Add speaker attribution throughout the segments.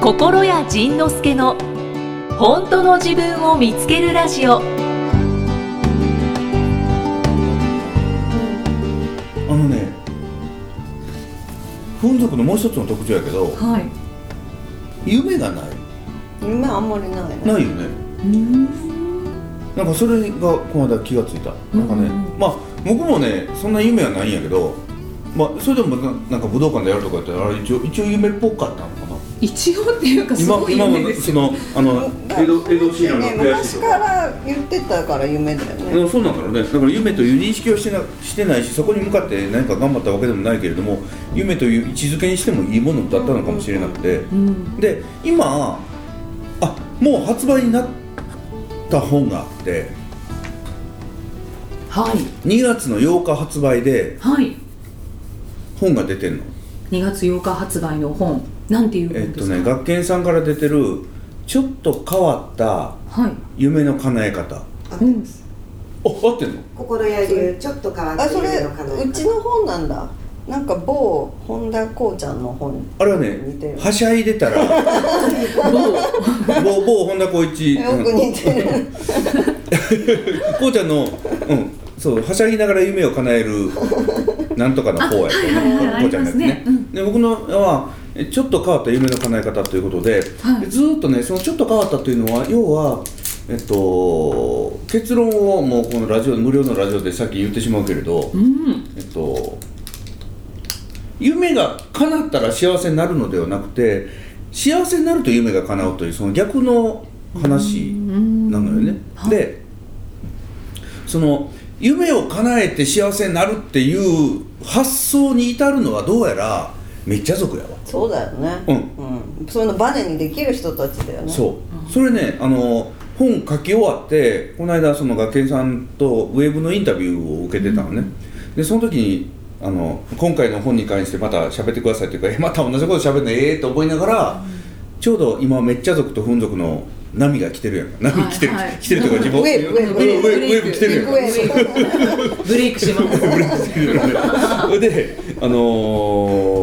Speaker 1: 心谷仁之助の本当の自分を見つけるラジオ
Speaker 2: あのね風俗のもう一つの特徴やけど
Speaker 1: はい
Speaker 2: 夢がない
Speaker 3: 夢あんまりないね
Speaker 2: ないよねなんかそれがこの間気がついたなんかね、
Speaker 1: うん
Speaker 2: まあ僕もねそんな夢はないんやけどまあそれでもななんか武道館でやるとかってあれ一応一応夢っぽかったのかな
Speaker 1: 一応っていうかすごい
Speaker 2: 今
Speaker 1: 夢
Speaker 2: も
Speaker 1: です
Speaker 2: そ
Speaker 1: よ
Speaker 2: の あの
Speaker 3: だ
Speaker 2: 江戸江戸シーンの
Speaker 3: ね
Speaker 2: 悔しいと
Speaker 3: 昔か
Speaker 2: から
Speaker 3: 言ってたから夢だよね
Speaker 2: うんそうなんだろうねだから夢という認識をしてなしてないしそこに向かって何か頑張ったわけでもないけれども夢という位置づけにしてもいいものだったのかもしれなくて、
Speaker 1: うん
Speaker 2: で今あもう発売になった本があって
Speaker 1: はい
Speaker 2: 2月の8日発売で
Speaker 1: はい
Speaker 2: 本が出てんの
Speaker 1: 2月8日発売の本なんていう
Speaker 2: え
Speaker 1: 本
Speaker 2: っ
Speaker 1: で
Speaker 2: と
Speaker 1: すか、
Speaker 2: ね学研さんから出てるちょっと変わった
Speaker 1: はい
Speaker 2: 夢の叶え方あ
Speaker 4: あ
Speaker 1: うん
Speaker 2: 合ってんの
Speaker 4: 心や流ちょっと変わ
Speaker 3: あ
Speaker 4: って
Speaker 3: それ
Speaker 4: 夢の叶え
Speaker 3: うちの本なんだなんか某本田こうちゃんの本
Speaker 2: あれは
Speaker 3: 似て
Speaker 2: ね
Speaker 3: る
Speaker 2: はしゃいでた ら某某本田光一
Speaker 3: よく似てる
Speaker 2: うんこうちゃんのうんそうはしゃぎながら夢を叶えるなんとかの方やと
Speaker 1: あはいはいはい
Speaker 2: こうちゃんの
Speaker 1: ありま
Speaker 2: やつ
Speaker 1: すね
Speaker 2: ね、
Speaker 1: うん
Speaker 2: で僕のはえちょっと変わった夢の叶え方ということで、
Speaker 1: はい
Speaker 2: でずーっとねそのちょっと変わったというのは要はえっと結論をもうこのラジオ無料のラジオでさっき言ってしまうけれど、
Speaker 1: うん
Speaker 2: えっと夢が叶ったら幸せになるのではなくて幸せになると夢が叶うというその逆の話なのよね。でその夢を叶えて幸せになるっていう発想に至るのはどうやらめっちゃ族やわ。
Speaker 3: そうだよね、
Speaker 2: うん
Speaker 3: そういうのバネにできる人たちだよね
Speaker 2: そうそれねあの本書き終わってこの間その学研さんとウェブのインタビューを受けてたのね、でその時にあの今回の本に関してまた喋ってくださいっていうかえまた同じこと喋るのええと思いながら、ちょうど今めっちゃ族と噴族の波が来てるやんか波来てる、
Speaker 1: はいはい
Speaker 2: 来てるとか自分
Speaker 3: ウェーブウェーブ
Speaker 2: ウェーブウェーブウェーブ来てるやんか
Speaker 3: ウェーブ
Speaker 1: ブレイクします
Speaker 2: ブレイクスキルなんでそれ であの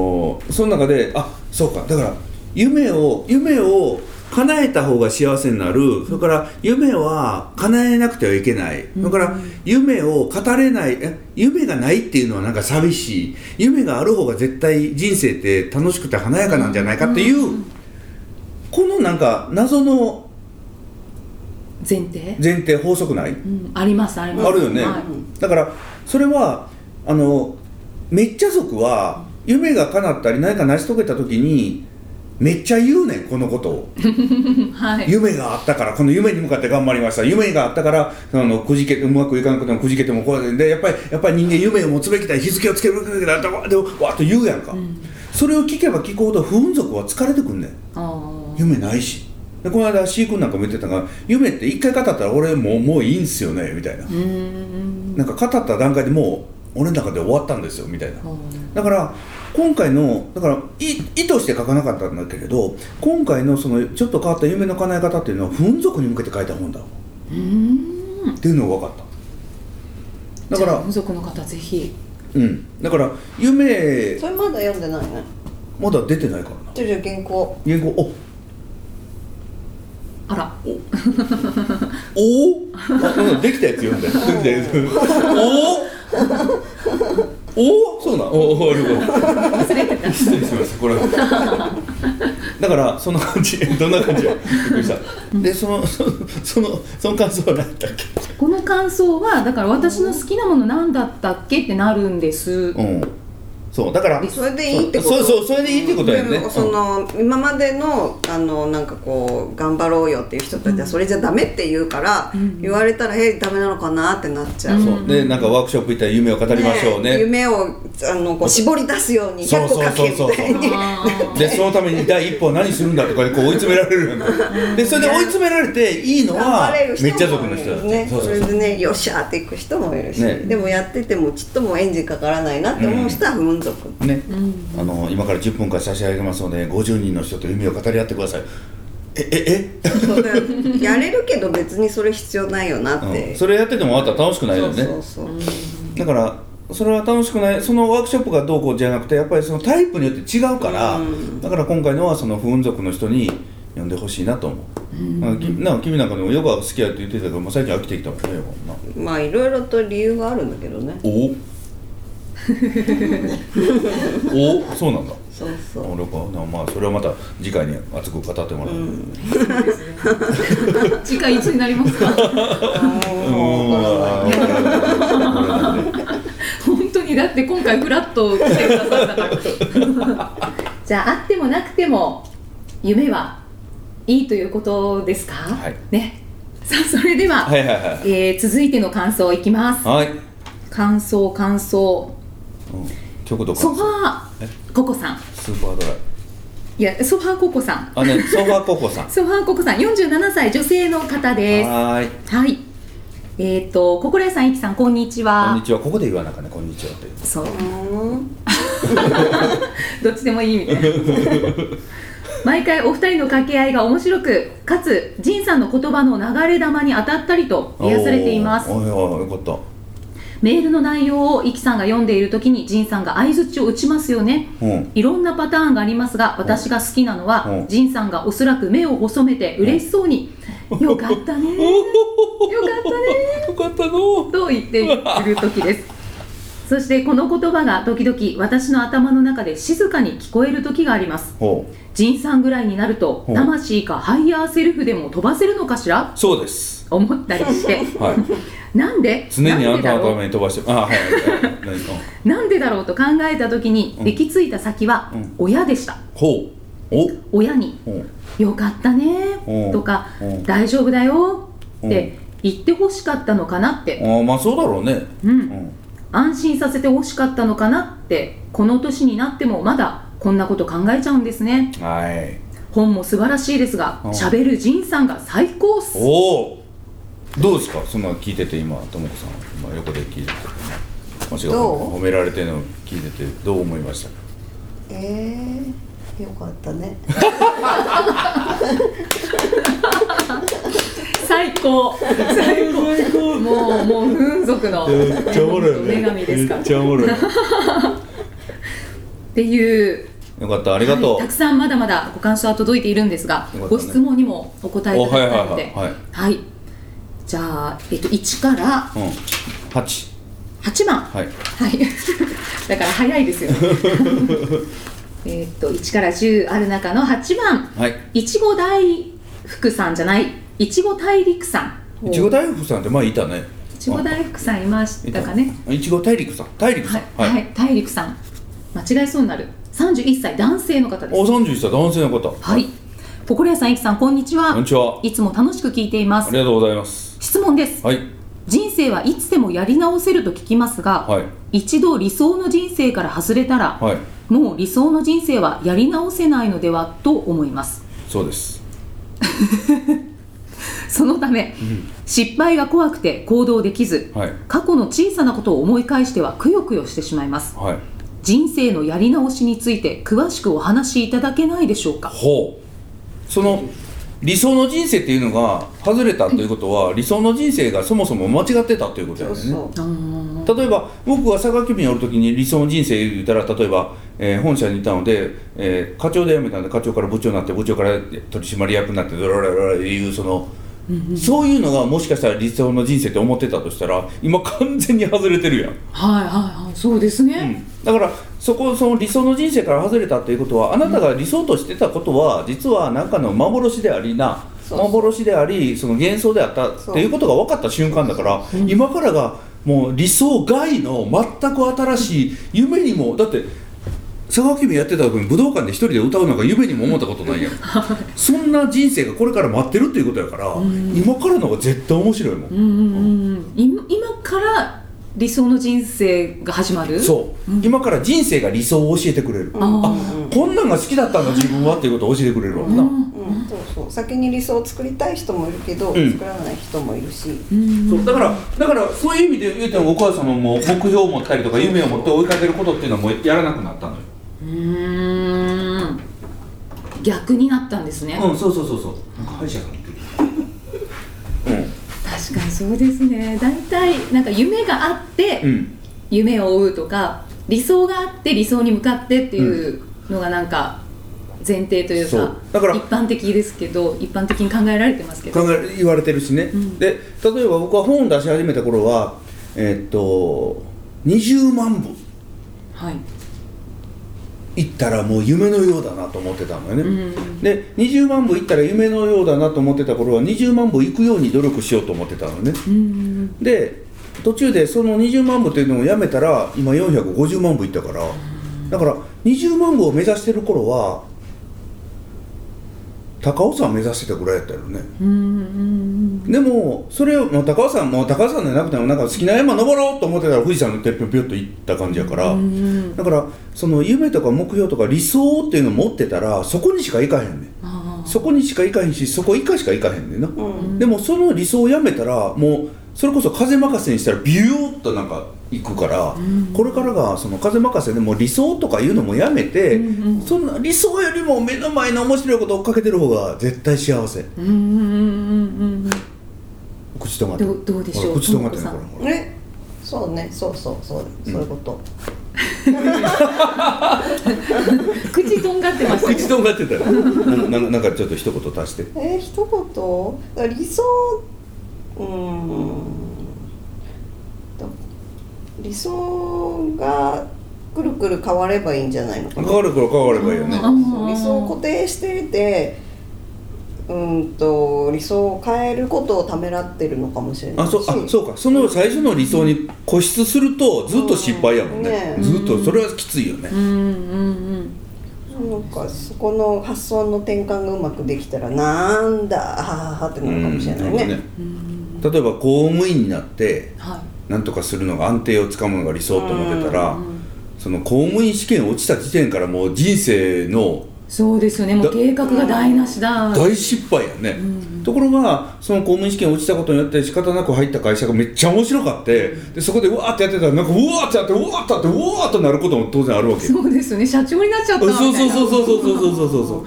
Speaker 2: ーその中であそうかだから夢を夢を叶えた方が幸せになるそれから夢は叶えなくてはいけない、それから夢を語れないえ夢がないっていうのはなんか寂しい夢がある方が絶対人生って楽しくて華やかなんじゃないかっていう、このなんか謎の
Speaker 1: 前提、
Speaker 2: 前提法則ない、
Speaker 1: うん、ありますあります
Speaker 2: あるよね、
Speaker 1: はい
Speaker 2: だからそれはあのめっちゃ族は夢が叶ったり何か成し遂げた時にめっちゃ言うねんこのことを
Speaker 1: はい、
Speaker 2: 夢があったからこの夢に向かって頑張りました夢があったからあのくじけうまくいかなくてもくじけてもこうやってやっぱりやっぱり人間夢を持つべきだ日付をつけるべきだってわでわーっと言うやんか、それを聞けば聞くほど不運族は疲れてくんねん
Speaker 1: あー
Speaker 2: 夢ないしでこの間 C 君なんかも言ってたが夢って一回語ったら俺もうもういいんすよねみたいな
Speaker 1: うーん
Speaker 2: なんか語った段階でもう俺の中で終わったんですよみたいな
Speaker 1: あー
Speaker 2: だから今回のだからい意図して書かなかったんだけれど今回のそのちょっと変わった夢の叶え方っていうのは奮族に向けて書いた本だわ
Speaker 1: うーん
Speaker 2: っていうのが分かっただか
Speaker 1: じゃあ
Speaker 2: ら
Speaker 1: 風俗の方ぜひ
Speaker 2: うんだから夢
Speaker 3: それまだ読んでないね
Speaker 2: まだ出てないからな
Speaker 3: ちょちょ原稿
Speaker 2: 言語お
Speaker 1: あら
Speaker 2: おおあうんできたやつ読んだよできたやつおおおそうなんおおありがとう
Speaker 1: 忘れてた
Speaker 2: 失礼しましたこれはだからそんな感じどんな感じやびっくりしたでそのそそのその感想は何だっけ
Speaker 1: この感想はだから私の好きなもの何だったっけってなるんです、
Speaker 2: うんそうだから
Speaker 3: それでいいってこと
Speaker 2: そうそうそれでいいってことだよね
Speaker 3: でもその今までのあのなんかこう頑張ろうよっていう人たちはそれじゃダメって言うから、
Speaker 1: ん
Speaker 3: 言われたらえダメなのかなってなっちゃう、
Speaker 1: ん
Speaker 2: そうでなんかワークショップ行ったら夢を語りましょうね
Speaker 3: ね夢をあのこう絞り出すように
Speaker 2: そう
Speaker 3: 100個
Speaker 2: そう
Speaker 3: か
Speaker 2: そう
Speaker 3: け
Speaker 2: そう
Speaker 3: みたい に
Speaker 1: あー
Speaker 2: でそのために第一歩は何するんだとかでこう追い詰められるよねでそれで追い詰められていいの
Speaker 3: 頑張
Speaker 2: は
Speaker 3: れる人
Speaker 2: め
Speaker 3: も
Speaker 2: っちゃ族の人だ
Speaker 3: ね
Speaker 2: そう
Speaker 3: そ
Speaker 2: そう
Speaker 3: れ
Speaker 2: そう
Speaker 3: でねよっしゃーっていく人もいるし、
Speaker 2: ね
Speaker 3: でもやっててもちっともエンジンかからないなって思う人は不運 族、
Speaker 2: ね、
Speaker 1: ん
Speaker 2: あの今から10分間差し上げますので50人の人と夢を語り合ってくださいえええ
Speaker 3: そうだよやれるけど別にそれ必要ないよなっ
Speaker 2: うん
Speaker 3: て、
Speaker 2: それやっててもあなた楽しくないよね
Speaker 3: そうそうそう
Speaker 2: だからそれは楽しくないそのワークショップがどうこうじゃなくてやっぱりそのタイプによって違うから、
Speaker 3: うん
Speaker 2: だから今回のはその不運族の人に呼んでほしいなと思う、なんかきなんか君なんかでもヨガ好きやって言ってたけどもう最近飽きてきたもんねヨガもな
Speaker 3: まあいろいろと理由があるんだけどね
Speaker 2: おおそうなんだ
Speaker 3: そうそう
Speaker 2: 俺かなまあそれはまた次回に熱く語ってもらう、
Speaker 5: 次回いつになりますか
Speaker 2: うーん
Speaker 5: 本当にだって今回フラッと来てくださったから じゃああってもなくても夢はいいということですか、
Speaker 2: はい
Speaker 5: ねさあそれでは、
Speaker 2: はいはいはい
Speaker 5: えー続いての感想いきます
Speaker 2: はい、
Speaker 5: 感想感想
Speaker 2: うん、曲とか
Speaker 5: ソファーココさん
Speaker 2: スーパードライ
Speaker 5: いやソファーココさん
Speaker 2: あねソファーココさん
Speaker 5: ソファーココさん47歳女性の方です
Speaker 2: はーい
Speaker 5: はいえっ、と心屋さんいきさんこんにちは
Speaker 2: こんにちはここで言わなあかんねこんにちはって
Speaker 5: そう
Speaker 3: うん
Speaker 5: どっちでもいいみ たいな毎回お二人の掛け合いが面白くかつ仁さんの言葉の流れ玉に当たったりと癒されています
Speaker 2: おーおいおいよかっ
Speaker 5: メールの内容をイキさんが読んでいる時に仁さんが相槌を打ちますよね
Speaker 2: たうん
Speaker 5: いろんなパターンがありますが私が好きなの
Speaker 2: う
Speaker 5: は
Speaker 2: ん
Speaker 5: 仁さんがおそらく目を細めて嬉しそうに 「よかったね」「よかったね」
Speaker 2: よかったの
Speaker 5: と言っている時ですそしてこの言葉が時々私の頭の中で静かに聞こえる時があります
Speaker 2: ほう
Speaker 5: 仁さんぐらいになると
Speaker 2: ほう
Speaker 5: 魂かハイヤーセルフでも飛ばせるのかしら
Speaker 2: そうです
Speaker 5: 思ったりして
Speaker 2: はい
Speaker 5: なんで
Speaker 2: 常に
Speaker 5: な
Speaker 2: あ
Speaker 5: ん
Speaker 2: な
Speaker 5: でだ
Speaker 2: たのた
Speaker 5: ろ
Speaker 2: めに飛ばしてあはいはいはい何う
Speaker 5: う
Speaker 2: ん
Speaker 5: なんでだろうと考えた時に
Speaker 2: うん
Speaker 5: 行き着いた先は
Speaker 2: うん
Speaker 5: 親でした
Speaker 2: ほうお
Speaker 5: 親に
Speaker 2: ほ
Speaker 5: 「
Speaker 2: う
Speaker 5: よかったね
Speaker 2: ほう」
Speaker 5: とか
Speaker 2: ほ
Speaker 5: 「
Speaker 2: う
Speaker 5: 大丈夫だよ」って言ってほしかったのかなって
Speaker 2: ああまあそうだろうね
Speaker 5: う
Speaker 2: うんん
Speaker 5: 安心させて欲しかったのかなってこの年になってもまだこんなこと考えちゃうんですね
Speaker 2: はい
Speaker 5: 本も素晴らしいですが
Speaker 2: うん
Speaker 5: 喋る仁さんが最高っす
Speaker 2: おおどうですかそんなの聞いてて今ともこさん今横で聞いてて間違
Speaker 3: どう
Speaker 2: 褒められてるのを聞いててどう思いましたか
Speaker 4: ええよかったね。
Speaker 5: 最高最高もうもう風俗の女神ですからっ
Speaker 2: ゃおもろいよ
Speaker 5: ていう
Speaker 2: かったありがとう、
Speaker 5: はいたくさんまだまだご感想は届いているんですが、
Speaker 2: よかったね
Speaker 5: ご質問にもお答えいただきたいので
Speaker 2: おはいはい
Speaker 5: はいじゃあ、えっと、1から
Speaker 2: うん八
Speaker 5: 8番
Speaker 2: はい
Speaker 5: はい だから早い ですよねえっと1から10ある中の8番
Speaker 2: はい
Speaker 5: いちご大福さんじゃないいちご大陸さん
Speaker 2: いちご大福さんって前いたね
Speaker 5: いちご大福さんいましたかね
Speaker 2: あいちご大陸さん大陸
Speaker 5: は
Speaker 2: さ
Speaker 5: い
Speaker 2: ん、
Speaker 5: はい、大陸さん間違えそうになる31歳男性の方で
Speaker 2: お
Speaker 5: す
Speaker 2: 三十歳男性の方
Speaker 5: はいポコレアさんいきさんこんにちは
Speaker 2: こんにちはい
Speaker 5: つも楽しく聞いていま
Speaker 2: あ
Speaker 5: す
Speaker 2: りがとうございます
Speaker 5: 質問です
Speaker 2: はい
Speaker 5: 人生はいつでもやり直せると聞きますが、
Speaker 2: はい
Speaker 5: 一度理想の人生から外れたら、
Speaker 2: はい
Speaker 5: もう理想の人生はやり直せないのではと思います
Speaker 2: そうです
Speaker 5: そのため、
Speaker 2: ん
Speaker 5: 失敗が怖くて行動できず、
Speaker 2: はい
Speaker 5: 過去の小さなことを思い返してはくよくよしてしまいます
Speaker 2: はい
Speaker 5: 人生のやり直しについて詳しくお話しいただけないでしょうか
Speaker 2: ほうその理想の人生っていうのが外れたということは理想の人生がそもそも間違ってたということだ
Speaker 3: そ
Speaker 2: よ
Speaker 3: う
Speaker 2: ね
Speaker 3: そう
Speaker 5: うーん
Speaker 2: 例えば僕が佐賀県におる時に理想の人生言ったら例えば、えー本社にいたので、えー課長で辞めたので課長から部長になって部長から取締役になってドラドラドラいうその。そういうのがもしかしたら理想の人生って思ってたとしたら今完全に外れてるやん
Speaker 5: はいはいはいそうですね、
Speaker 2: だからそこその理想の人生から外れたということはあなたが理想としてたことは実は何かの幻でありな
Speaker 3: そうそう
Speaker 2: 幻でありその幻想であったっていうことが分かった瞬間だから今からがもう理想外の全く新しい夢にもだって佐川君やってた時に武道館で一人で歌うのが夢にも思ったことないやんそんな人生がこれから待ってるっていうことやから今からのが絶対面白いもん
Speaker 5: うん、うんうんうん今今から理想の人生が始まる
Speaker 2: そう、今から人生が理想を教えてくれる
Speaker 5: あー
Speaker 2: あこんなんが好きだったんだ自分はっていうことを教えてくれるわけな、
Speaker 3: うんそうそう先に理想を作りたい人もいるけど、
Speaker 2: うん
Speaker 3: 作らない人もいるし
Speaker 5: うん
Speaker 2: そうだからだからそういう意味で言うてもお母様も目標を持ったりとか夢を持って追いかけることっていうのはもうやらなくなったのよ
Speaker 5: うーん逆になったんですね、
Speaker 2: うんそうそうそうそうなんか歯医者さんって
Speaker 5: 確かにそうですね大体なんか夢があって、
Speaker 2: うん
Speaker 5: 夢を追うとか理想があって理想に向かってっていうのがなんか前提というか,、
Speaker 2: そうだから
Speaker 5: 一般的ですけど一般的に考えられてますけど
Speaker 2: 考え言われてるしね、
Speaker 5: ん
Speaker 2: で例えば僕は本を出し始めた頃はえーっと20万部
Speaker 5: はい
Speaker 2: いったらもう夢のようだなと思ってたのよね、
Speaker 5: うん
Speaker 2: で20万部いったら夢のようだなと思ってた頃は20万部いくように努力しようと思ってたのね
Speaker 5: うん
Speaker 2: で途中でその20万部っていうのをやめたら今450万部いったからだから20万部を目指してる頃は高尾山目指してたぐらいやったよね
Speaker 5: うんうん
Speaker 2: でもそれをもう高尾山もう高尾山じゃなくてもなんか好きな山登ろうと思ってたら富士山のてっぺんぴょっと行った感じやから、
Speaker 5: うん
Speaker 2: だからその夢とか目標とか理想っていうのを持ってたらそこにしか行かへんねん
Speaker 5: あー
Speaker 2: そこにしか行かへんしそこ以下しか行かへんねんな、
Speaker 3: うん
Speaker 2: でもその理想をやめたらもうそれこそ風任せにしたらビューッとなんか行くから、これからがその風任せでもう理想とかいうのもやめて、
Speaker 5: うんうん
Speaker 2: そんな理想よりも目の前の面白いことを追っかけてる方が絶対幸せ
Speaker 5: うんうんうんうんうん
Speaker 2: 口止まって
Speaker 5: どうどうでしょう
Speaker 2: ほら口止まってる
Speaker 5: と
Speaker 2: ほ
Speaker 5: も
Speaker 2: ら
Speaker 5: こ
Speaker 2: ほら
Speaker 3: え
Speaker 4: そうねそうそうそうそういうこと、
Speaker 5: 口とんがってました
Speaker 2: 口とんがってたよ なななんかちょっと一言足して
Speaker 4: えー、一言だから理想
Speaker 3: うーん
Speaker 4: 理想
Speaker 3: そがくるくる変わればいいんじゃないのか
Speaker 2: 変
Speaker 3: な
Speaker 2: わる頃変わればいいよね
Speaker 5: あー
Speaker 3: 理想を固定しててうんと理想を変えることをためらってるのかもしれない
Speaker 2: あ
Speaker 3: し
Speaker 2: そうあそうかその最初の理想に固執するとずっと失敗やもんね,、
Speaker 3: うんねえ
Speaker 2: ずっとそれはきついよね
Speaker 5: う、んうん
Speaker 3: なんかそこの発想の転換がうまくできたらなんだはははってなるかもしれないね,、
Speaker 2: う
Speaker 5: う
Speaker 2: ん
Speaker 5: んうん
Speaker 2: 例えば公務員になって
Speaker 5: はい
Speaker 2: なんとかするのが安定をつかむのが理想と思ってたら、
Speaker 5: うん
Speaker 2: その公務員試験落ちた時点からもう人生の
Speaker 5: そうですよねもう
Speaker 2: だ
Speaker 5: 計画が台無しだ
Speaker 2: 大失敗やね、
Speaker 5: うん
Speaker 2: ところがその公務員試験落ちたことによって仕方なく入った会社がめっちゃ面白かってでそこでうわーってやってたらなんかうわーってやってうわーってやってうわーってなることも当然あるわけよ
Speaker 5: そうですよね社長になっちゃった
Speaker 2: そ
Speaker 5: み
Speaker 2: う
Speaker 5: た
Speaker 2: そ
Speaker 5: いうな
Speaker 2: そうそうそうそうそうそうそうそう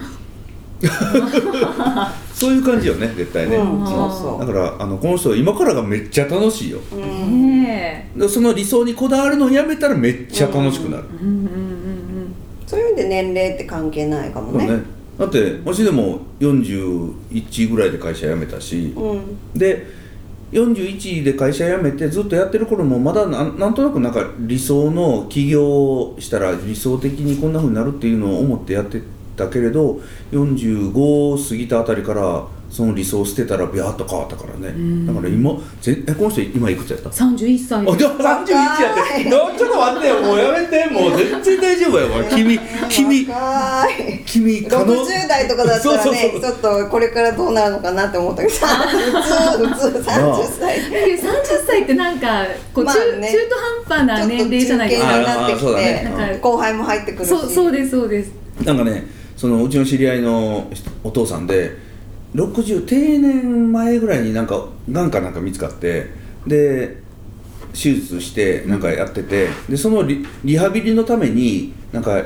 Speaker 2: そういう感じよね絶対ね、
Speaker 3: うんそう
Speaker 2: だか
Speaker 3: そ
Speaker 2: らあのこの人今からがめっちゃ楽しいよ
Speaker 3: う、うん、
Speaker 5: ね
Speaker 2: でその理想にこだわるのをやめたらめっちゃ楽しくなる、
Speaker 5: えうんうんうん
Speaker 3: そういう意味で年齢って関係ないかも
Speaker 2: そう
Speaker 3: ね
Speaker 2: ねだって私でも41ぐらいで会社辞めたし、
Speaker 3: うん
Speaker 2: で41で会社辞めてずっとやってる頃もまだなんなんとなくなんか理想の起業したら理想的にこんな風になるっていうのを思ってやってたけれど45過ぎたあたりからその理想を捨てたらビャーっと変わったからね
Speaker 5: ん
Speaker 2: だから今ぜえこの人今いくつやった
Speaker 5: 三十一歳
Speaker 2: あ、でも三十一やって。どうちょっと待ってよ、もうやめて、もう全然大丈夫やわ。君、君、
Speaker 3: 若い
Speaker 2: 君、可能。
Speaker 3: 60代とかだったらね
Speaker 2: そうそう
Speaker 3: ち
Speaker 2: そう
Speaker 3: ょっとこれからどうなるのかなって思ったけど普通普通30歳
Speaker 5: 三十歳ってなんかこう
Speaker 3: まあ
Speaker 5: 中,、
Speaker 3: ね
Speaker 5: 中途半端な年齢じゃないです
Speaker 2: ちょっ
Speaker 5: か
Speaker 2: と
Speaker 3: 中堅になってき
Speaker 2: あーそう
Speaker 3: て
Speaker 2: だ
Speaker 5: ね
Speaker 3: うん後輩も入ってくるし
Speaker 5: そうそうですそうです
Speaker 2: なんかね、そのうちの知り合いの人お父さんで、六十定年前ぐらいになんか癌かなんか見つかって、で手術してなんかやってて、でそのリリハビリのためになんか。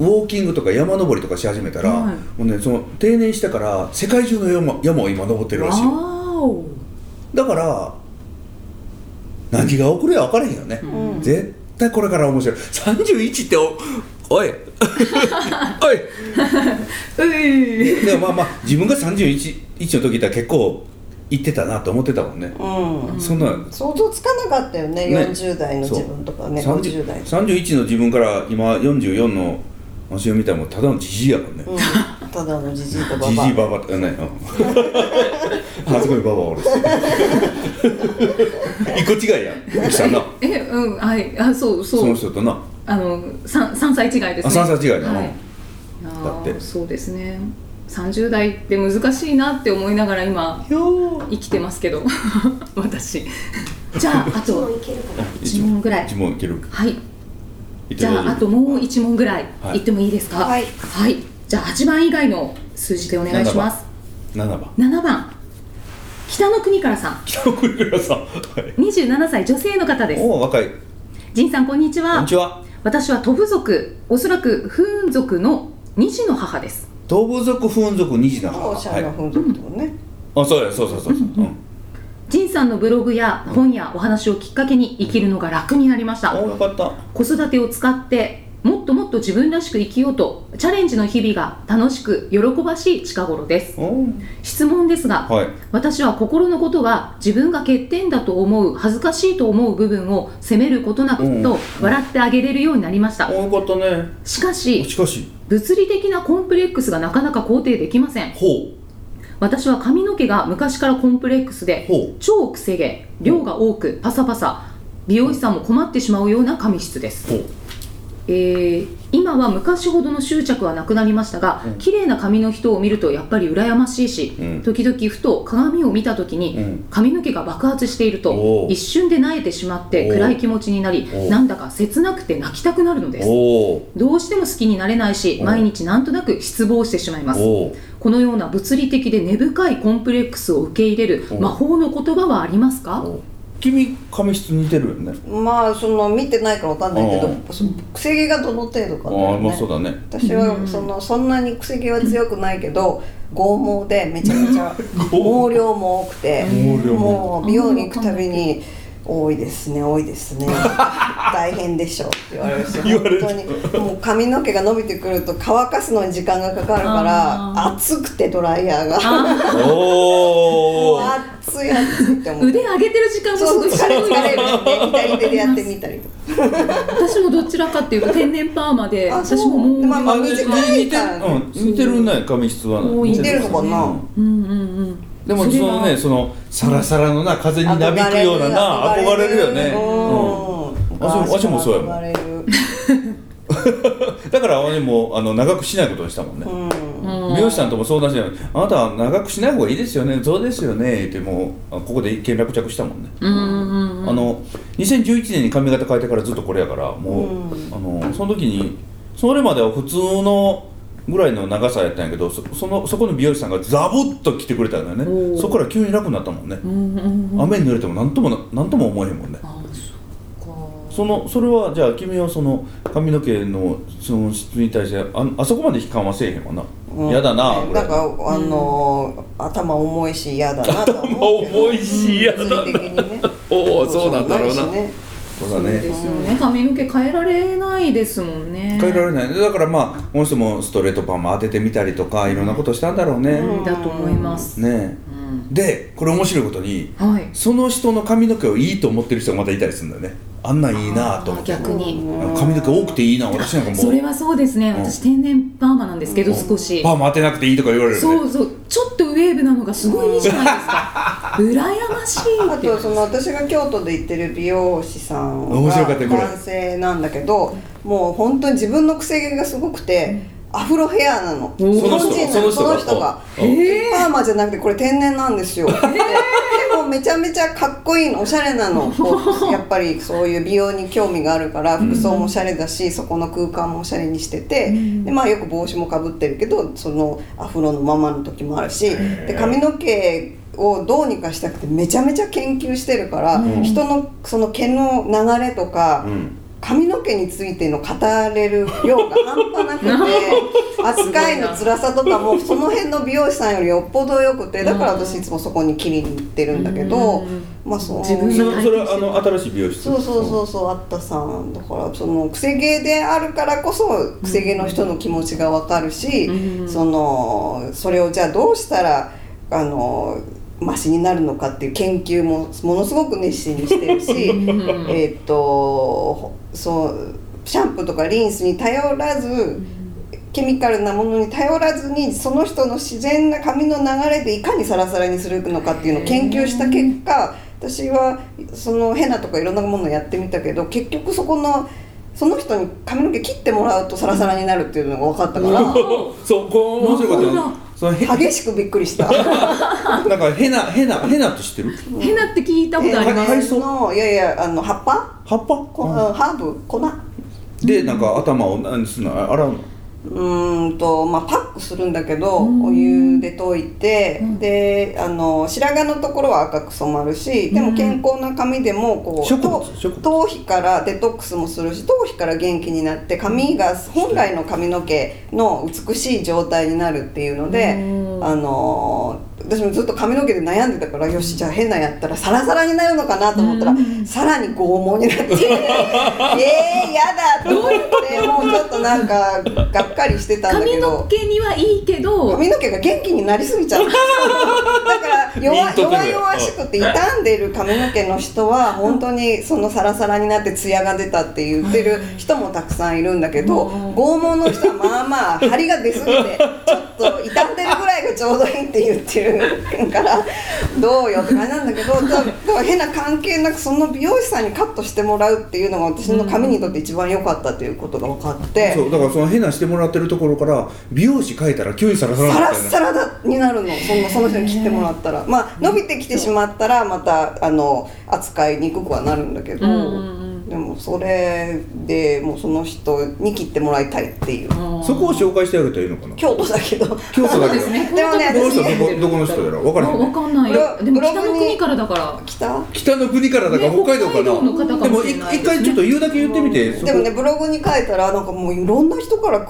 Speaker 2: ウォーキングとか山登りとかし始めたら、
Speaker 5: はい
Speaker 2: もうねその定年してから世界中の山山を今登ってるら
Speaker 5: わ
Speaker 2: しい。
Speaker 5: ーお
Speaker 2: だから何が起こるや分からへんよね、
Speaker 3: ん
Speaker 2: 絶対これから面白い31っておお いおいう
Speaker 5: い
Speaker 2: でもまあまあ自分が31一の時だ結構行ってたなと思ってたもんね、
Speaker 3: うん
Speaker 2: そんな
Speaker 3: 想像つかなかったよね
Speaker 2: ね
Speaker 3: 40代の自分とかね
Speaker 2: 30
Speaker 3: 50代の
Speaker 2: 31の自分から今44の足を見たらもうただのじじいやもんね
Speaker 3: うんただのじじいとばば
Speaker 2: じじいばばってねうんあそこにばばお るし一個違いやゆきさんな
Speaker 5: えうんはいあそう
Speaker 2: そ
Speaker 5: そ
Speaker 2: の
Speaker 5: う
Speaker 2: 人とな
Speaker 5: あの三三歳違いですね
Speaker 2: あ三歳違いだ、
Speaker 5: は
Speaker 2: う
Speaker 5: い
Speaker 2: ん
Speaker 5: いや
Speaker 2: だって
Speaker 5: ーそうですね30代って難しいなって思いながら今生きてますけど 私じゃああ
Speaker 4: も
Speaker 5: と
Speaker 4: いけるかな
Speaker 5: 一問ぐらい
Speaker 2: 一問いける
Speaker 5: はい
Speaker 2: いって
Speaker 5: じ
Speaker 2: 大丈
Speaker 5: ゃ
Speaker 2: 夫
Speaker 5: ああともう1問ぐらい
Speaker 2: はい
Speaker 5: 言ってもいいですか
Speaker 3: はい
Speaker 5: はい、じゃあ8番以外の数字でお願いします
Speaker 2: 7番
Speaker 5: 7番北の国からさん
Speaker 2: 北の国からさんはい
Speaker 5: 27歳女性の方です
Speaker 2: おお若い
Speaker 5: 仁さんこんにちは
Speaker 2: こんにちは
Speaker 5: 私はトブ族おそらくフーン族の二児の母です
Speaker 2: 東部族風俗二児な
Speaker 3: おしゃれな
Speaker 2: は
Speaker 3: 風俗ともね、
Speaker 2: いあそうやそうそうそうそう、うん、
Speaker 5: 仁さんのブログや本やお話をきっかけに生きるのが楽になりました
Speaker 2: およかった
Speaker 5: 子育てを使ってもっともっと自分らしく生きようとチャレンジの日々が楽しく喜ばしい近頃です
Speaker 2: お
Speaker 5: 質問ですが、
Speaker 2: はい
Speaker 5: 私は心のことが自分が欠点だと思う恥ずかしいと思う部分を責めることな
Speaker 2: うん
Speaker 5: くと笑ってあげれるようになりました
Speaker 2: およかったね
Speaker 5: しかし
Speaker 2: しかし
Speaker 5: 物理的なコンプレックスがなかなか肯定できません
Speaker 2: ほ
Speaker 5: 私は髪の毛が昔からコンプレックス
Speaker 2: う
Speaker 5: で
Speaker 2: ほ
Speaker 5: 超くせ毛量が多くパサパサ美容師さんも困ってしまうような髪質です
Speaker 2: うほう
Speaker 5: えー今は昔ほどの執着はなくなりましたが、
Speaker 2: うん
Speaker 5: 綺麗な髪の人を見るとやっぱり羨ましいし、
Speaker 2: うん
Speaker 5: 時々ふと鏡を見た時に、
Speaker 2: うん
Speaker 5: 髪の毛が爆発している
Speaker 2: お
Speaker 5: と
Speaker 2: う
Speaker 5: 一瞬で萎えてしまって
Speaker 2: おう
Speaker 5: 暗い気持ちになり
Speaker 2: おう
Speaker 5: なんだか切なくて泣きたくなるのです
Speaker 2: おう
Speaker 5: どうしても好きになれないし
Speaker 2: おう
Speaker 5: 毎日なんとなく失望してしまいます
Speaker 2: おう
Speaker 5: このような物理的で根深いコンプレックスを受け入れる
Speaker 2: おう
Speaker 5: 魔法の言葉はありますか
Speaker 2: おう君髪質似てるよね
Speaker 3: まあその見てないからわかんないけ
Speaker 2: う
Speaker 3: どその癖毛がどの程度か
Speaker 2: あ
Speaker 3: だよ
Speaker 2: あまあ
Speaker 3: ね
Speaker 2: そうだね
Speaker 3: 私
Speaker 5: う
Speaker 3: は
Speaker 5: ん
Speaker 3: そのそんなに癖毛は強くないけど剛毛でめちゃめちゃ毛量も多くて
Speaker 2: 毛量も
Speaker 3: もう美容に行くたびに「多いですね多いですね大変でしょ」って言われるし
Speaker 2: 言われる
Speaker 3: 本当にもう髪の毛が伸びてくると乾かすのに時間がかかるから
Speaker 5: あ
Speaker 3: 暑くてドライヤーが
Speaker 5: あ
Speaker 2: おお
Speaker 3: 暑い暑いって
Speaker 5: ー
Speaker 3: 思って
Speaker 5: 腕。上げてる時間もす
Speaker 3: そう
Speaker 5: ごい
Speaker 3: 疲れ
Speaker 5: 白い
Speaker 3: 疲 れるって左手でやってみたりとか
Speaker 5: 私もどちらかっていうと天然パーマで
Speaker 3: あそう
Speaker 5: 私ももう
Speaker 3: まあまあ短いからね
Speaker 2: うん似てるね髪質は
Speaker 5: 多い
Speaker 3: 似てるのかな
Speaker 5: うんうんうん
Speaker 2: でもそ
Speaker 5: それは
Speaker 2: のねそのサラサラのな風になびくようなな憧れるよねうん
Speaker 3: うん
Speaker 2: あそうわしもそうやもん
Speaker 3: 憧れる
Speaker 2: だから俺もあの長くしないことにしたもんね
Speaker 3: うん
Speaker 5: うん
Speaker 2: 美容師さんとも相談してないあなたは長くしない方がいいですよねそうですよねってもうあここで一見落着したもんね
Speaker 5: うんうんうん
Speaker 2: あの2011年に髪型変えてからずっとこれやからもう、
Speaker 3: うん
Speaker 2: あのその時にそれまでは普通のぐらいの長さやったんやけどそそのそこの美容師さんがザブッと来てくれたんだよ
Speaker 5: お
Speaker 2: ね
Speaker 5: ー
Speaker 2: そこから急に楽になったもんね、
Speaker 5: うんうんうん
Speaker 2: 雨に濡れても何ともな何とも思えへんもんね
Speaker 5: あそ
Speaker 2: そのそれはじゃあ君はその髪の毛のその質に対してああそこまで悲観はせえへんわな
Speaker 3: うん
Speaker 2: 嫌、だなぐら
Speaker 3: ないんかあのー頭重いし嫌だなとは思うけど
Speaker 2: 重いし嫌だな
Speaker 3: 物理的にね
Speaker 2: おおそうなんだろうな
Speaker 3: しね
Speaker 2: そう
Speaker 5: う
Speaker 2: だ
Speaker 5: で
Speaker 2: ね
Speaker 5: すよね髪の毛変えられないですもんね
Speaker 2: 変えられないだからまあこの人もストレートパンも当ててみたりとかいろんなことしたんだろうね、
Speaker 5: うんだと思います
Speaker 2: ね
Speaker 5: うん
Speaker 2: えでこれ面白いことに
Speaker 5: はい
Speaker 2: その人の髪の毛をいいと思ってる人がまたいたりするんだよねあんなんいいなと思って
Speaker 5: あー逆に
Speaker 2: 髪の毛多くていいな私なんかもう
Speaker 5: それはそうですね私天然パーマなんですけど少し
Speaker 2: パンも当てなくていいとか言われるよね
Speaker 5: そうそうちょっとウェーブなのがすごいいいじゃないです か羨ましい
Speaker 3: あ
Speaker 5: って
Speaker 3: とその私が京都で行ってる美容師さん
Speaker 2: 面白
Speaker 3: が
Speaker 2: かったよこれ
Speaker 3: 男性なんだけどもう本当に自分の癖毛がすごくてアフロヘアなの日
Speaker 5: お
Speaker 3: 本人なのその人が
Speaker 2: おお
Speaker 3: パーマじゃなくてこれ天然なんですよ、ででもめちゃめちゃかっこいいのおしゃれなのこうやっぱりそういう美容に興味があるから服装もおしゃれだし、そこの空間もおしゃれにしてて、でまあ、よく帽子もかぶってるけどそのアフロのままの時もあるしで髪の毛をどうにかしたくてめちゃめちゃ研究してるから、人のその毛の流れとか、
Speaker 2: うん
Speaker 3: 髪の毛についての語れる量が 半端なくて扱いの辛さとかもその辺の美容師さんよりよっぽど良くてだから私いつもそこに切りに行ってるんだけど
Speaker 5: うん
Speaker 3: まあそう
Speaker 5: 自分
Speaker 2: それそれはあの新しい美容室
Speaker 3: そうそうそうそうあったさんだからその癖毛であるからこそ癖毛の人の気持ちがわかるし、
Speaker 5: うん
Speaker 3: そのそれをじゃあどうしたらあのマシになるのかっていう研究もものすごく熱心にしてる し
Speaker 5: ん
Speaker 3: えーっとそうシャンプーとかリンスに頼らず、ケミカルなものに頼らずにその人の自然な髪の流れでいかにサラサラにするのかっていうのを研究した結果私はそのヘナとかいろんなものやってみたけど結局そこのその人に髪の毛切ってもらうとサラサラになるっていうのが分かったか
Speaker 2: そうこう面白かった
Speaker 5: なる
Speaker 2: よ
Speaker 5: ほ
Speaker 2: ねそのへ
Speaker 3: ら激しくびっくりし た。
Speaker 2: なんかヘナヘナヘナって知ってる
Speaker 5: ヘナって聞いたことありま
Speaker 2: え
Speaker 5: す
Speaker 2: 海藻
Speaker 3: えのいやいやあの葉っぱ
Speaker 2: 葉っぱ
Speaker 3: こハーブ粉
Speaker 2: でなんか頭を何すんのあ洗うの
Speaker 3: うーんとまあパックするんだけど
Speaker 5: うん
Speaker 3: お湯で溶いて、
Speaker 5: うん
Speaker 3: であの白髪のところは赤く染まるしで
Speaker 5: うん
Speaker 3: も健康な髪でもこう
Speaker 2: 植物
Speaker 3: と
Speaker 2: 植物
Speaker 3: 頭皮からデトックスもするし頭皮から元気になって髪が本来の髪の毛の美しい状態になるっていうので、
Speaker 5: うん
Speaker 3: あの私もずっと髪の毛で悩んでたからよしじゃあ変なやったらサラサラになるのかなと思ったら、
Speaker 5: うん
Speaker 3: さらに剛毛になってえー、やだと思ってもうちょっとなんかがっかりしてたんだ
Speaker 5: 髪
Speaker 3: け
Speaker 5: の
Speaker 3: ど
Speaker 5: 毛にはいいけど
Speaker 3: 髪の毛が元気になりす ぎちゃっただから
Speaker 2: ミ
Speaker 3: 弱
Speaker 2: ントカ
Speaker 3: 弱
Speaker 2: ラー
Speaker 3: 々しくて傷んでる髪の毛の人は本当にそのサラサラになってツヤが出たって言ってる人もたくさんいるんだけど
Speaker 5: うん
Speaker 3: 剛毛の人はまあまあ張りが出すぎてちょっと傷んでるぐらいがちょうどいいって言ってるからどうよって感じなんだけどだから変な関係なくその美容師さんにカットしてもらうっていうのが私の髪にとって一番良かったっていうことが分かって。
Speaker 2: そうだからその変なしてもらってるところから美容師書いたら急にサラサラ
Speaker 3: サ
Speaker 2: だっ
Speaker 3: ラ
Speaker 2: た
Speaker 3: ッ
Speaker 2: よね
Speaker 3: サラだになるのそのその人に切ってもらったらまあ伸びてきてしまったらまたあの扱いにくくはなるんだけど、
Speaker 5: うんうんうん
Speaker 3: でもそれでもうその人に切ってもらいたいっていう
Speaker 2: そこを紹介してあげたらいいのかな
Speaker 3: 京都だけど
Speaker 2: 京都だけど
Speaker 5: ね
Speaker 3: でもね
Speaker 2: この人
Speaker 3: 私ね
Speaker 2: どこどこの人やら分からへん、
Speaker 5: わ
Speaker 2: ね、
Speaker 5: かんないよ
Speaker 3: ブロ
Speaker 5: でも
Speaker 3: ブロ
Speaker 5: 北
Speaker 3: グに
Speaker 5: の国からだから
Speaker 3: 北
Speaker 2: 北の国からだから
Speaker 5: ね
Speaker 2: 北海道か
Speaker 5: 北
Speaker 2: な、
Speaker 5: 海道の方か
Speaker 2: で
Speaker 5: も
Speaker 2: も
Speaker 5: し
Speaker 2: い
Speaker 5: れない
Speaker 2: 一回ちょっと言うだけ言ってみて、そこ
Speaker 3: でもねブログに書いたらなんかもういろんな人からく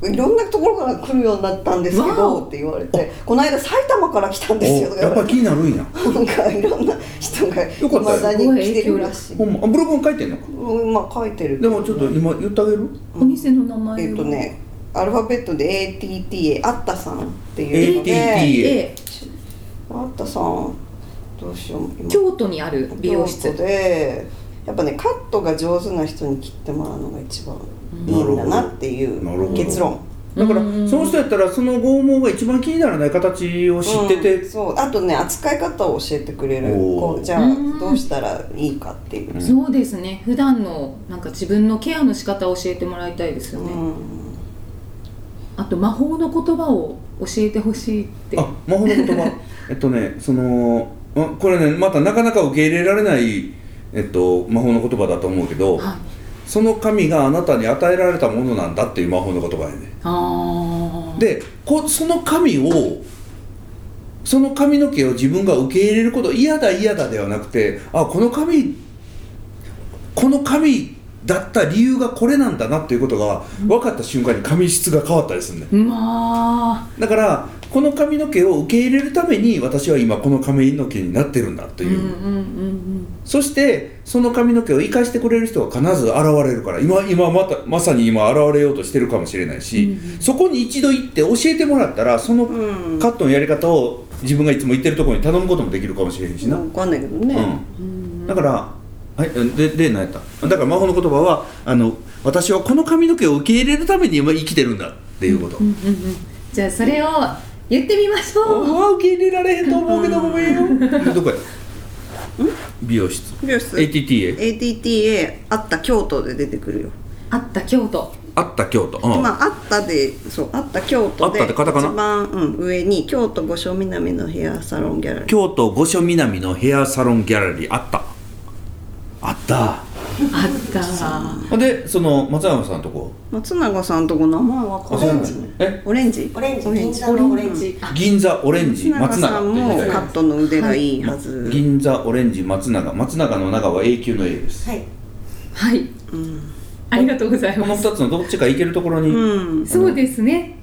Speaker 3: いろんなところから来るようになったんですけ
Speaker 5: わ
Speaker 3: どって言われて「この間埼玉から来たん
Speaker 2: お
Speaker 3: ですよ」とか言
Speaker 2: やっ
Speaker 3: わ
Speaker 2: ぱ
Speaker 3: れ
Speaker 2: り
Speaker 3: て
Speaker 2: 気になるんや
Speaker 3: なんかいろんな人がい
Speaker 2: よかったよ
Speaker 3: まだに来てるらしい。
Speaker 2: ほんまあブログも書いてんのか
Speaker 3: うんまあ書いてるけ
Speaker 2: で
Speaker 3: ど
Speaker 2: もちょっと今言ってあげる
Speaker 5: お店の名前は
Speaker 3: えっとねアルファベットで ATTA あったさんっていうの
Speaker 2: ATTA
Speaker 3: で
Speaker 5: A
Speaker 3: あったさんどうしよう今
Speaker 5: 京都にある美容
Speaker 3: 京
Speaker 5: 室
Speaker 3: 都でやっぱねカットが上手な人に切ってもらうのが一番いいんだなってい
Speaker 2: なるほ
Speaker 3: う
Speaker 2: ど
Speaker 3: 結論
Speaker 2: だから
Speaker 5: うん
Speaker 2: その人やったらその剛毛が一番気にならない形を知ってて、
Speaker 3: うんそうあとね扱い方を教えてくれる
Speaker 2: おー
Speaker 3: こうじゃあ
Speaker 5: うん
Speaker 3: どうしたらいいかっていう、
Speaker 2: うん
Speaker 5: そうですね普段のなんか自分のケアの仕方を教えてもらいたいですよ
Speaker 3: う
Speaker 5: ね、
Speaker 3: ん、
Speaker 5: あと魔法の言葉を教えてほしいって
Speaker 2: あ魔法の言 葉えっとねそのあこれねまたなかなか受け入れられない、えっと、魔法の言葉だと思うけど、
Speaker 5: はい
Speaker 2: その神があなたに与えられたものなんだっていう魔法の言葉やね
Speaker 5: あー
Speaker 2: でこその神をその髪の毛を自分が受け入れること嫌だ嫌だではなくてあこの髪この髪だった理由がこれなんだなっていうことが分かった瞬間に髪質が変わったりするね
Speaker 5: まあ
Speaker 2: だからこの髪の毛を受け入れるために私は今この髪の毛になってるんだと
Speaker 5: う
Speaker 2: い
Speaker 5: ん
Speaker 2: う、
Speaker 5: うんうん
Speaker 2: そしてその髪の毛を生かしてくれる人が必ず現れるから今今またまさに今現れようとしてるかもしれないし、
Speaker 5: うんうん
Speaker 2: そこに一度行って教えてもらったらその
Speaker 3: うん
Speaker 2: カットのやり方を自分がいつも言ってるところに頼むこともできるかもしれへんしな、
Speaker 3: 分かんないけどね、
Speaker 2: う、
Speaker 5: うんん
Speaker 2: だからはいでで何やっただから魔法の言葉はあの私はこの髪の毛を受け入れるために今生きてるんだっていうこと、
Speaker 5: うんうんうんじゃあそれを言ってみましょう
Speaker 2: うわ受け入れられへんと思うけどごめんよで どこや美容室
Speaker 3: 美容室
Speaker 2: ATTA
Speaker 3: ATTA あった京都で出てくるよ
Speaker 5: あった京都
Speaker 2: あった京都、うん
Speaker 3: まあ、あったで、そう、あった京都で、
Speaker 2: あったってカタカナ
Speaker 3: 一番、うん、上に京都御所南のヘアサロンギャラリー。
Speaker 2: 京都御所南のヘアサロンギャラリーあったあっ
Speaker 5: あった
Speaker 2: たでその松山さんのとこ
Speaker 3: 松永さんとこ名前わ
Speaker 2: あ
Speaker 3: かんな
Speaker 2: そ
Speaker 3: い。
Speaker 2: う
Speaker 3: オ
Speaker 2: なん
Speaker 3: レン
Speaker 2: や
Speaker 3: ジ。
Speaker 2: え
Speaker 3: オレンジ。
Speaker 4: オレンジ銀座
Speaker 3: オレ
Speaker 4: の
Speaker 3: ン
Speaker 4: オ
Speaker 3: ジ
Speaker 4: レ
Speaker 2: 銀座オレン
Speaker 4: ンジ
Speaker 2: ジ松
Speaker 3: 松永
Speaker 2: 永
Speaker 3: さんも
Speaker 2: って言
Speaker 3: カ
Speaker 2: っ
Speaker 3: ットの腕がいいは
Speaker 2: て
Speaker 3: ず。
Speaker 2: 銀座オレンジ松永松永の永は永久の A です
Speaker 4: はい
Speaker 5: はい
Speaker 3: うん。
Speaker 5: ありがとうござい
Speaker 2: こ
Speaker 5: ま
Speaker 2: の
Speaker 5: す
Speaker 2: 2つのどっちか行けるところに、
Speaker 3: うん。
Speaker 5: そうですね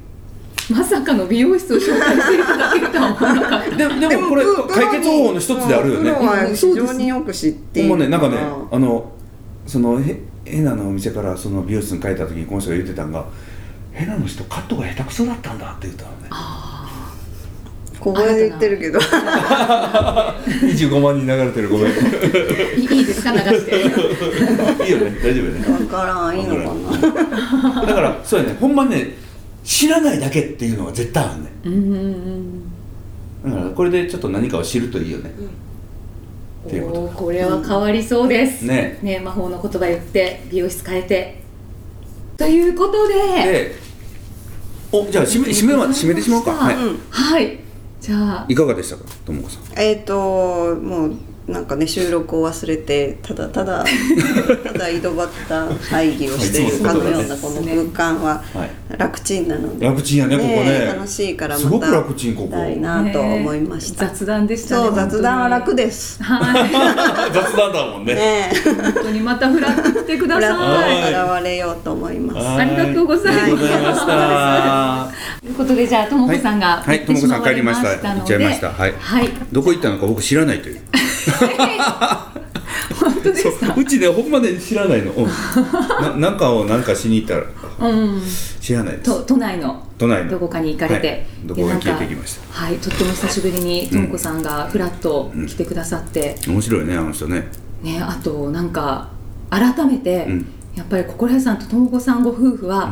Speaker 5: まさかの美容室を紹介していただけるとは思わなかった
Speaker 2: ででもこれ
Speaker 3: プロ
Speaker 2: 解決方法の一つであるよね
Speaker 3: プロは
Speaker 5: うん
Speaker 3: 非
Speaker 5: そうです
Speaker 3: 常によく知っている。
Speaker 2: もうねなんかねあのそのへヘナのお店からその美容室に帰った時にこの人が言ってたんが「ヘナの人カットが下手くそだったんだ」って言ったのね
Speaker 3: 小声で言ってるけど。
Speaker 2: 25万人流れてるごめんい
Speaker 5: いいいですか流して
Speaker 2: いよね大丈夫よね
Speaker 3: わからん、いいのかな。
Speaker 2: だからそうやねほんまね知らないだけっていうのは絶対あるね
Speaker 5: うんうんうん
Speaker 2: だからこれでちょっと何かを知るといいよね、っていうこと
Speaker 5: おーこれは変わりそうです、
Speaker 2: ね
Speaker 5: 魔法の言葉言って美容室変えてということで
Speaker 2: でおじゃあ締め締めは締めてしまおうか、
Speaker 5: わか
Speaker 2: は
Speaker 5: りま
Speaker 2: い
Speaker 5: はいじゃあ
Speaker 2: いかがでしたかともこさん
Speaker 3: えっと、もうなんかね収録を忘れてただただ ただ井戸端会議をしているかのようなこの空間は
Speaker 2: はい
Speaker 3: 楽ちんなので
Speaker 2: 楽ちんやねここ
Speaker 3: ね
Speaker 2: ね
Speaker 3: 楽しいから
Speaker 2: すご
Speaker 3: ま
Speaker 2: く
Speaker 3: た
Speaker 2: 楽ちんここ
Speaker 3: たいなと思いました、
Speaker 5: ね雑談でしたね
Speaker 3: そう雑談は楽
Speaker 5: で
Speaker 3: です
Speaker 5: はい
Speaker 2: 雑談だもんね
Speaker 3: ね
Speaker 5: 本当にまたフラッと来てくだ さい
Speaker 2: はい
Speaker 3: 現れようと思います
Speaker 2: は
Speaker 5: ありがとうございます
Speaker 2: ありがとうございました
Speaker 5: ということでじゃあともこさんが
Speaker 2: はい
Speaker 5: 行ってしまわれました
Speaker 2: はい
Speaker 5: の
Speaker 2: ともこさん帰
Speaker 5: で
Speaker 2: りました行っちゃいました
Speaker 5: はい
Speaker 2: どこ行ったのか僕知らないという
Speaker 5: 本当ですか
Speaker 2: うちねほんまね知らないのうん ななんかをなんかしに行ったら
Speaker 5: うん
Speaker 2: 知らないです
Speaker 5: と都内の
Speaker 2: 都内の
Speaker 5: どこかに行かれて、
Speaker 2: はい
Speaker 5: いや
Speaker 2: どこかに聞いて
Speaker 5: なん
Speaker 2: きました
Speaker 5: はいとっても久しぶりにともこさんがフラッと来てくださって、
Speaker 2: 面白いねあの 人ね
Speaker 5: ねあとなんか改めて、
Speaker 2: うん
Speaker 5: やっぱり心屋さんとともこさんご夫婦は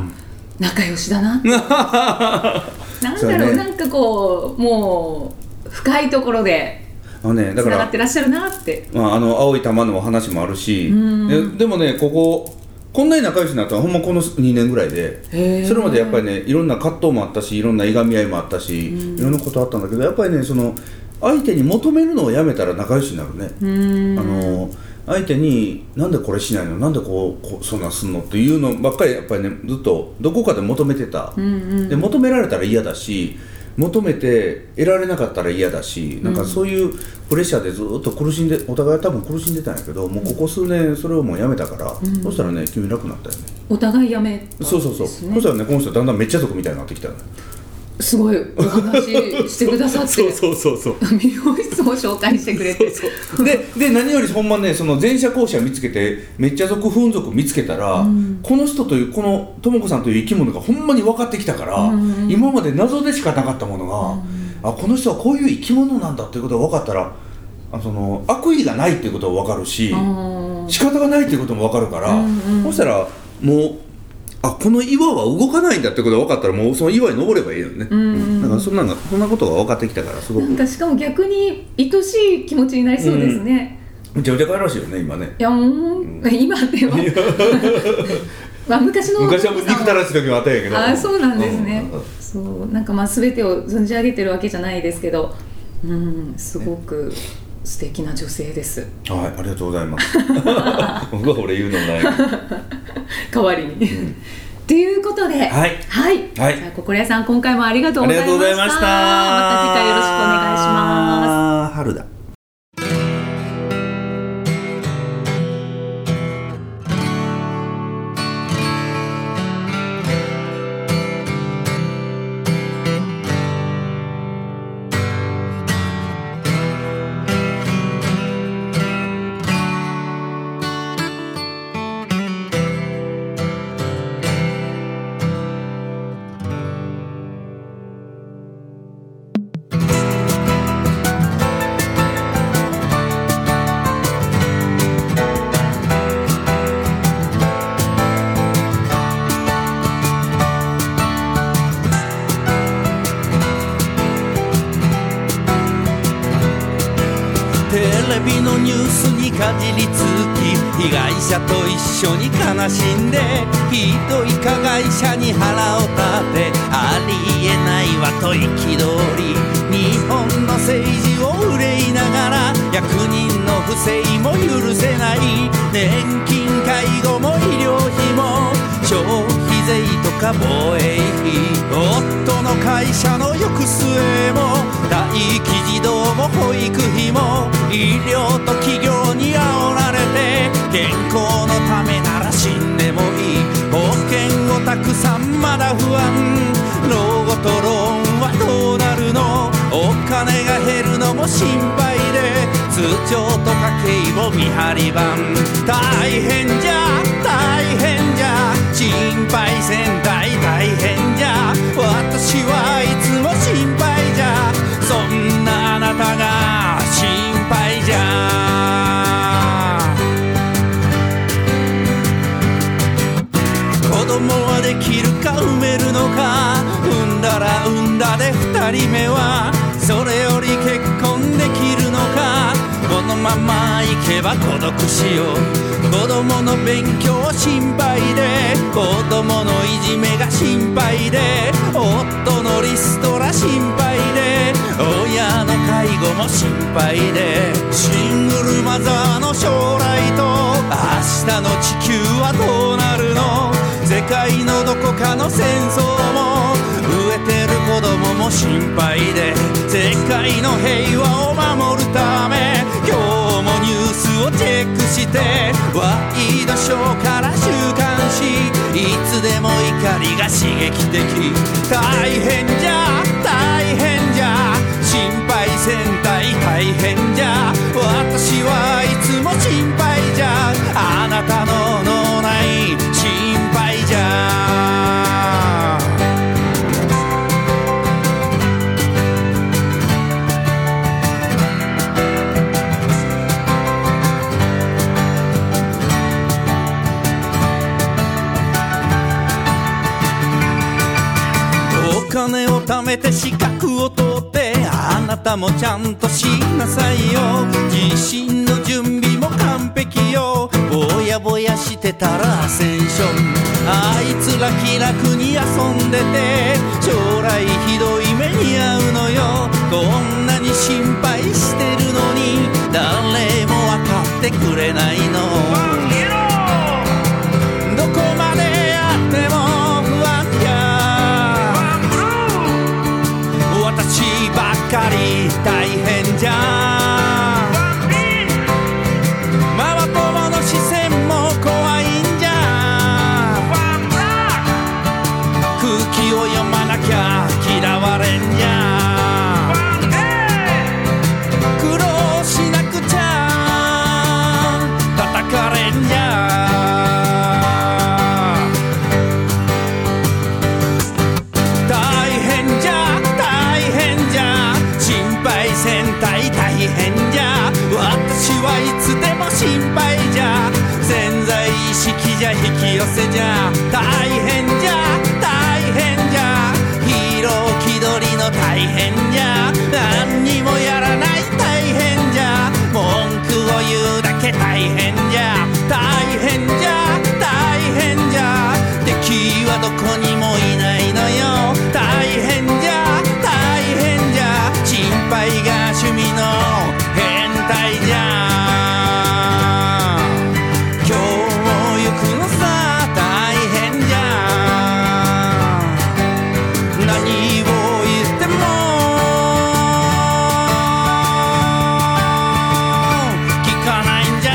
Speaker 5: 仲良しだな、なんだろう
Speaker 2: そうね
Speaker 5: なんかこうもう深いところで
Speaker 2: あのねだ
Speaker 5: つ
Speaker 2: か
Speaker 5: ながっ
Speaker 2: ら
Speaker 5: てらっしゃるなって
Speaker 2: まああの青い玉のお話もあるしででもねこここんなに仲良しになったのはほんまこの2年ぐらいで
Speaker 5: へー
Speaker 2: それまでやっぱりねいろんな葛藤もあったしいろんないがみ合いもあったしいろんなことあったんだけどやっぱりねその相手に求めるのをやめたら仲良しになるね
Speaker 5: うーん
Speaker 2: あの相手に「なんでこれしないのなんでこうこうそんなんすんの?」っていうのばっかりやっぱりねずっとどこかで求めてた、で求められたら嫌だし求めて得られなかったら嫌だしなんかそういうプレッシャーでずっと苦しんでお互い多分苦しんでたんやけどもうここ数年それをもうやめたから、そしたらね急に楽になったよね、
Speaker 5: お互いやめたん
Speaker 2: そうそうそう、
Speaker 5: です
Speaker 2: そ
Speaker 5: ね
Speaker 2: したらねこの人だんだんめっちゃ族みたいになってきたのよ
Speaker 5: すごいお話ししてくださって
Speaker 2: うそうそう
Speaker 5: 美容室を紹介してくれて
Speaker 2: でで何よりほんまねその前者後者見つけてめっちゃ族粉族見つけたら、この人というこのとも子さんという生き物がほんまに分かってきたから、今まで謎でしかなかったものが、あこの人はこういう生き物なんだということが分かったらあその悪意がないっていうことが分かるし、
Speaker 5: うん
Speaker 2: 仕方がないっていうことも分かるから、
Speaker 5: うんうん
Speaker 2: そしたらもうあこの岩は動かないんだってことが分かったらもうその岩に登ればいいよね、
Speaker 5: うんうんうん
Speaker 2: だからそんなのそんなことが分かってきたからすご
Speaker 5: なん
Speaker 2: く
Speaker 5: かしかも逆に愛しい気持ちになりそうですね、
Speaker 2: めちゃめちゃ可愛らしいよね今ね。
Speaker 5: いやもう、今で はまあ昔の
Speaker 2: 昔はもう憎た
Speaker 5: ら
Speaker 2: らしい時もあったんやけど
Speaker 5: ああそうなんですね、
Speaker 2: うん
Speaker 5: そうなんかまあ全てを存じ上げてるわけじゃないですけどうんすごく素敵な女性です
Speaker 2: はいありがとうございま す僕は俺言うのもない
Speaker 5: 代わりに、
Speaker 2: ん
Speaker 5: ということで
Speaker 2: は
Speaker 5: はいはい、
Speaker 2: はい
Speaker 5: じゃあ心屋さん今回もありがとうございましたまた次回よろしくお願いします
Speaker 2: す春だ
Speaker 6: テレビのニュースにかじりつき被害者と一緒に悲しんでひどい加害者に腹を立てありえないわと憤り日本の政治を憂いながら役人の不正も許せない年金介護も医療費も消費税とか防衛費夫の会社の行く末も待機児童も保育費も医療と企業に煽られて健康のためなら死んでもいい保険をたくさんまだ不安老後とローンはどうなるのお金が減るのも心配で通帳と家計も見張り番大変じゃ大変じゃ心配せん大大変じゃ私はいつも心配じゃそんなあなたが心配じゃ子供はできるか産めるのか産んだら産んだで二人目はそれより結婚できるのかこのまま行けば孤独しよう子供の勉強心配で子供のいじめが心配で夫のリストラ心配で親の介護も心配でシングルたの地球はどうなるの世界のどこかの戦争も飢えてる子供も心配で世界の平和を守るため今日もニュースをチェックしてワイドショーから週刊誌いつでも怒りが刺激的大変じゃ大変じゃ心配せんたい大変じゃ私はいつも心配じゃあなたの脳内心配じゃお金を貯めて資格を取ってあなたもちゃんとしなさいよ自身の準備も完璧よぼやぼやしてたらアセンションあいつら気楽に遊んでて将来ひどい目に遭うのよこんなに心配してるのに誰も分かってくれないのどこまでやっても不安じゃ私ばっかり大変じゃママ友の視線も怖いんじゃ空気を読まなきゃ嫌われんじゃ苦労しなくちゃ叩かれんじゃ大変じゃ大変じゃ心配せんたい大変じゃ私はいつでも心配じゃ潜在意識じゃ引き寄せじゃ大変じゃ大変じゃヒーロー気取りの大変じゃ何にもやらない大変じゃ文句を言うだけ大変じゃ大変じゃ大変じゃ敵はどこにもいないのよ大変じゃ大変じゃ心配が趣味の変態じゃ今日も行くのさ大変じゃ何を言っても聞かないんじゃ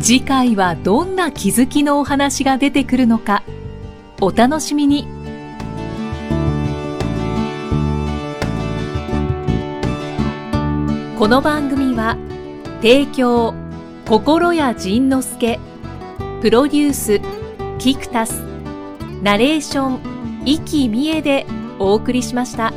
Speaker 1: 次回はどんな気づきのお話が出てくるのかお楽しみにこの番組は提供心谷仁之助プロデュースキクタスナレーション生きみえでお送りしました。